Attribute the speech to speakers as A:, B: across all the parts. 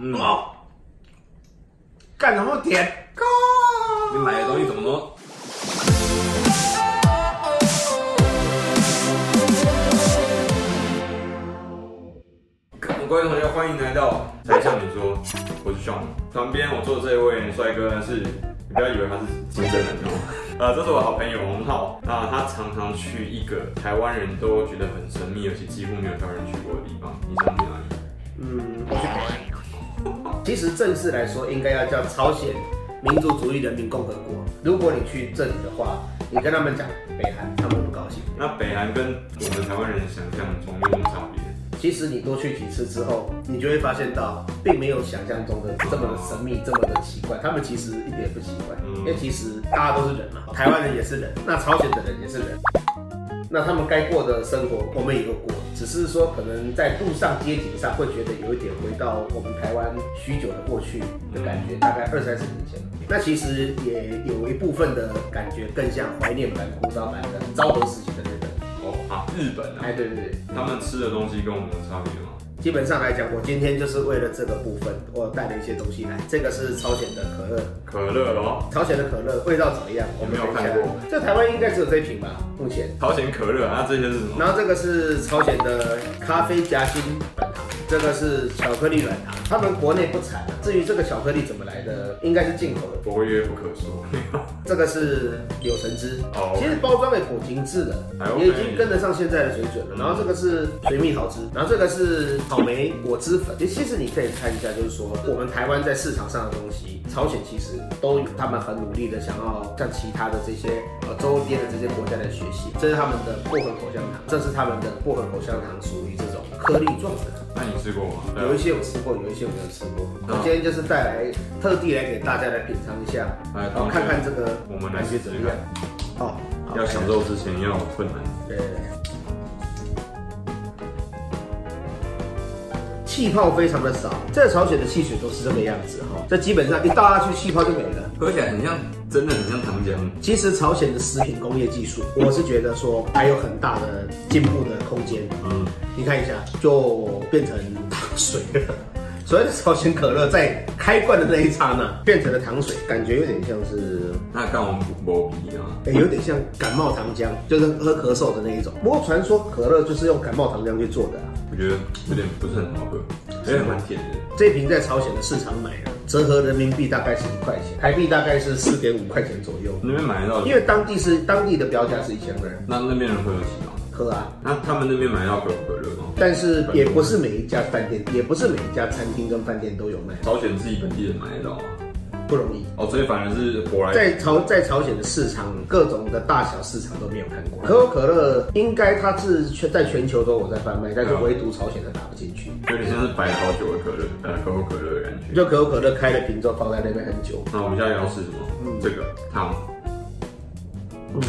A: 嗯
B: 很好，干什么舔高？
A: 你买的东西怎么能？各位同学，欢迎来到才向你说，我是 Sean。旁边我坐这位帅哥呢是，你不要以为他是金正男哦。 呃，这是我好朋友洪浩，那他常常去一个台湾人都觉得很神秘，而且几乎没有台湾人去过的地方。你想去哪里？
B: 嗯，我去北韩。其实正式来说，应该要叫朝鲜民主主义人民共和国。如果你去这里的话，你跟他们讲北韩，他们不高兴。
A: 那北韩跟我们台湾人想象中有什么差别？
B: 其实你多去几次之后，你就会发现到，并没有想象中的这么的神秘，这么的奇怪。他们其实一点也不奇怪，
A: 嗯
B: 因为其实大家都是人嘛，台湾人也是人，那朝鲜的人也是人，那他们该过的生活我们也有过，只是说可能在路上、街景上会觉得有一点回到我们台湾许久的过去的感觉，大概二三十年前。那其实也有一部分的感觉更像怀念版、古早版的昭和时期的日本。
A: 哦啊，日本啊
B: 哎，，对对对。
A: 他们吃的东西跟我们有差别吗？
B: 基本上来讲，我今天就是为了这个部分，我带了一些东西来。这个是朝鲜的可乐，
A: 可乐哦，
B: 朝鲜的可乐味道怎么样？
A: 我没有
B: 们等一下
A: 看过。
B: 这台湾应该只有这一瓶吧，目前。
A: 朝鲜可乐，那这些是什么？
B: 然后这个是朝鲜的咖啡夹心软糖，这个是巧克力软糖，他们国内不产啊。至于这个巧克力怎么来的，应该是进口的。
A: 佛曰不可说。
B: 这个是柳橙汁，
A: 哦
B: 其实包装也颇精致了
A: 哎，，OK
B: 也已经跟得上现在的水准了。
A: 嗯
B: 然后这个是水蜜桃汁，然后这个是草莓果汁粉。其实你可以看一下，就是说我们台湾在市场上的东西，朝鲜其实都有他们很努力的想要向其他的这些呃周边的这些国家来学习。这是他们的薄荷口香糖，这是他们的薄荷口香糖，属于这种颗粒状的。
A: 那你吃过吗？
B: 有一些我吃过，有一些我没有吃过。
A: 啊嗯
B: 我今天就是带来，特地来给大家来品尝一下，
A: 哎
B: 然后看看这个
A: 我们来
B: 感觉
A: 试
B: 怎
A: 试
B: 么样。
A: 看。
B: 哦，好
A: 要享。受之前要有困难。
B: 对对对。气泡非常的少，这朝鲜的汽水都是这个样子哈、这基本上一倒下去气泡就没了。
A: 喝起来很像，真的很像糖浆。
B: 其实朝鲜的食品工业技术，我是觉得说还有很大的进步的空间。
A: 嗯，
B: 你看一下，就变成糖水了。所谓的朝鲜可乐在开罐的那一刹那变成了糖水，感觉有点像是
A: 那跟我们不比啊。
B: 欸，有点像感冒糖浆，就是喝咳嗽的那一种。不过传说可乐就是用感冒糖浆去做的、啊。
A: 我觉得有点不是很好喝，有点蛮甜的。
B: 这瓶在朝鲜的市场买啊，折合人民币大概是一块钱，台币大概是四点五块钱左右。
A: 那边买得到的
B: 因，为当地是当地的标价是一千二，
A: 那那边人会有起吗？
B: 喝啊。
A: 那他们那边买得到可口可乐吗？
B: 但是也不是每一家饭店，也不是每一家餐厅跟饭店都有卖，
A: 朝鲜自己本地人买得到吗？
B: 不容易。
A: 哦，所以反而是舶来
B: 在朝在朝鲜的市场，各种的大小市场都没有看过。可口可乐应该它是全在全球都有在贩卖，但是唯独朝鲜它打不进去。
A: 有点像是白了好久的可乐，呃，可口可乐的感觉。
B: 就可口可乐开了瓶之后放在那边很久，
A: 那我们现在要试什么？这个汤。
B: 嗯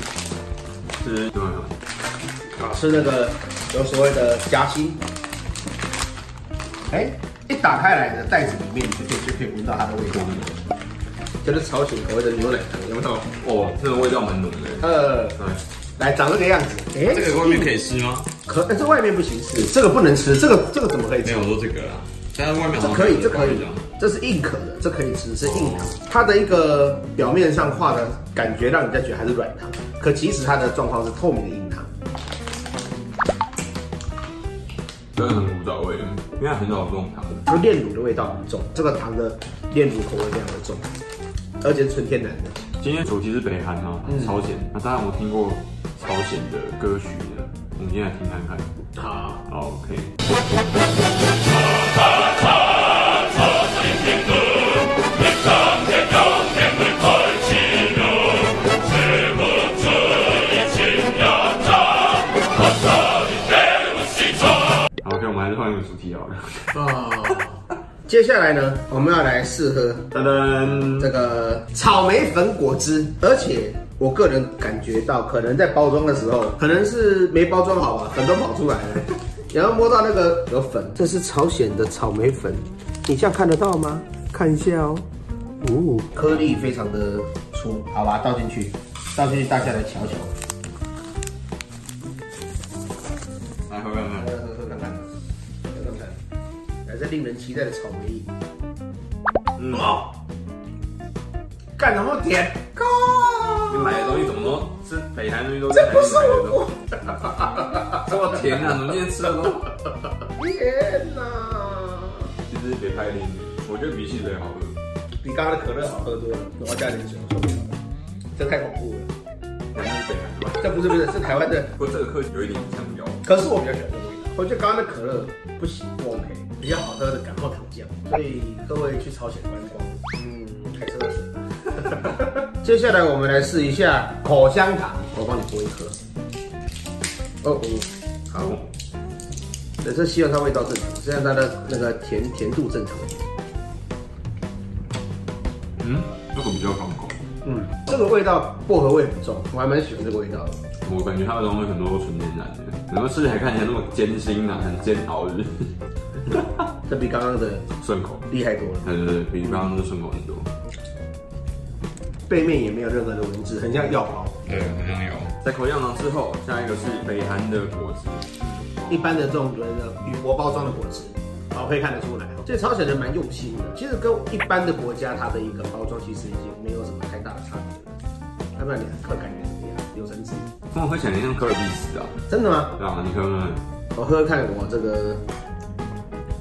A: 是怎么样？
B: 啊，是那个有所谓的夹心。哎、一打开来的袋子里面，你就可以就可以闻到它的味道，就是朝鲜口味的牛奶糖，有没有？
A: 哦，这个味道蛮浓的。
B: 呃，
A: 哎，
B: 来长这个样子。哎、
A: 可以吃吗？
B: 可、哎这外面不行吃，这个不能吃，这个这个怎么可以
A: 没
B: 吃
A: 有，？我说这个啦。但是外面
B: 这
A: 好像
B: 可以，
A: 有
B: 这可以
A: 这样，
B: 这是硬壳的，这可以吃，是硬壳。它的一个表面上画的感觉，让人家觉得它是软糖，可其实它的状况是透明的硬糖。
A: 真的很古早味，因为很少有这种糖的。
B: 就炼乳的味道很重，这个糖的炼乳口味非常的重，而且是纯天然的。
A: 今天主题是北韩嘛，朝鲜。那大家有没有听过朝鲜的歌曲呢？我们今天来听看看。
B: 好，
A: 好，OK。好 OK，我们还是换一个主题好了。
B: 接下来呢，我们要来试喝
A: 噔噔，
B: 这个草莓粉果汁，而且我个人感觉到，可能在包装的时候，可能是没包装好吧，粉都跑出来 了。然后摸到那个有粉，这是朝鲜的草莓粉，你这样看得到吗？看一下哦，哦，颗粒非常的粗，好吧，倒进去，倒进去，大家来瞧瞧。
A: 来喝看看。
B: 喝喝看看，喝看看，来这令人期待的草莓饮。
A: 嗯，
B: 哦，干什么甜？靠！
A: 你买的东西怎么都是北韩东西都
B: 这不是
A: 台湾买的
B: 我
A: 这么甜啊！怎么今天吃的都
B: 国，天哪！
A: 其实北派零，我觉得比汽水好喝。
B: 比刚刚的可乐好喝多了，我要加点酒，受不了了，这太恐怖了。
A: 那是北韩的吧？
B: 这不是不是是台湾的，
A: 不过这个课有一点香蕉，
B: 可是我比较喜欢这个味道。我觉得刚刚的可乐不行，不 OK，比较好喝的感冒糖浆。所以各位去朝鲜观光，嗯，还是喝水吧。接下来我们来试一下口香糖，我帮你剥一颗。哦哦，好。对，这希望它味道正常，希望它的那个甜甜度正常。
A: 嗯，这个比较爽口。
B: 嗯，这个味道薄荷味很重，我还蛮喜欢这个味道的。
A: 我感觉它的东西很多都纯天然的，然后吃起来看起来那么艰辛啊，很煎熬，就是
B: 这比刚刚的
A: 顺口，
B: 厉害多了，
A: 对对对，比刚刚的顺口很多。
B: 背面也没有任何的文字，很像药包。
A: 对，很像有。在口香糖之后，下一个是北韩的果汁，
B: 一般的这种人的铝箔包装的果汁，哦，可以看得出来，这朝鲜人蛮用心的。其实跟一般的国家它的一个包装其实已经没有什么太大的差别了。要不然你喝感觉怎么样？柳橙汁？
A: 这么喝起来很像可尔必斯啊，
B: 真的吗？
A: 对啊，你喝喝看
B: 我喝喝看我这个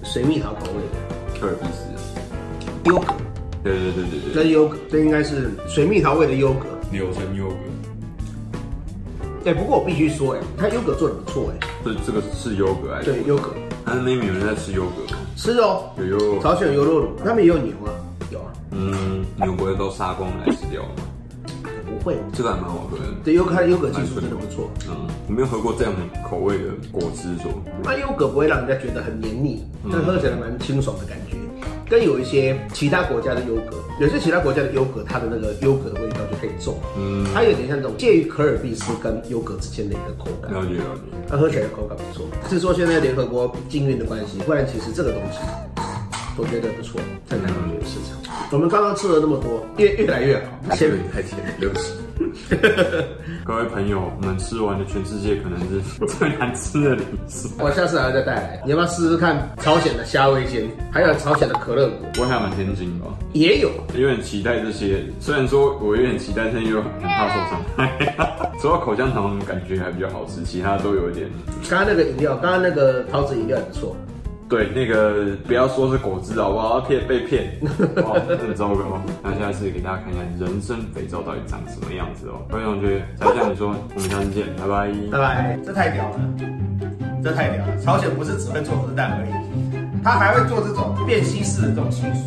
B: 水蜜桃口味的
A: 可尔必斯，
B: 优格
A: 对对对对对，
B: 跟优格，这应该是水蜜桃味的优格。
A: 柳橙优格，
B: 哎、不过我必须说、哎，它优格做的不错、哎，
A: 这这个是优格还是？
B: 对，优格
A: 但是那边有人在吃优格吗？
B: 吃哦。
A: 有优，
B: 朝鲜有肉乳，他们也有牛啊，有啊，
A: 嗯，牛不会都杀光来吃掉吗？
B: 不会。
A: 这个还蛮好喝的。
B: 对，优格优格技术真的不错。
A: 嗯，我没有喝过这样口味的果汁说，
B: 那啊优格不会让人家觉得很黏腻，
A: 嗯
B: 但喝起来蛮清爽的感觉。跟有一些其他国家的优格，有些其他国家的优格，它的那个优格的味道就太重，
A: 嗯，
B: 它有点像这种介于可尔必斯跟优格之间的一个口感，
A: 了解了解。
B: 它喝起来的口感不错。是说现在联合国禁运的关系，不然其实这个东西。我觉得不错，在台湾有市场。我们刚刚吃了那么多，越越来越好。先
A: 有点太甜，对不起。各位朋友，我们吃完的全世界可能是最难吃的零食，
B: 我下次还要再带来，你要不要试试看朝鲜的虾味鲜，还有朝鲜的可乐果
A: 我还蛮天津的哦，
B: 也有。
A: 有点期待这些。虽然说我有点期待，但又很怕受伤。 除了口香糖感觉还比较好吃，其他都有一点。
B: 刚刚那个饮料，刚刚那个桃子饮料也不错，
A: 对，那个不要说是果汁好不好？骗被骗，哇，很糟糕。那下次给大家看一下人参肥皂到底长什么样子哦。各位同学，再这样你说，我们下次见，拜拜。
B: 拜拜。这太屌了，这太屌了！朝鲜不是只会做核弹而已，他还会做这种变稀释的这种技术。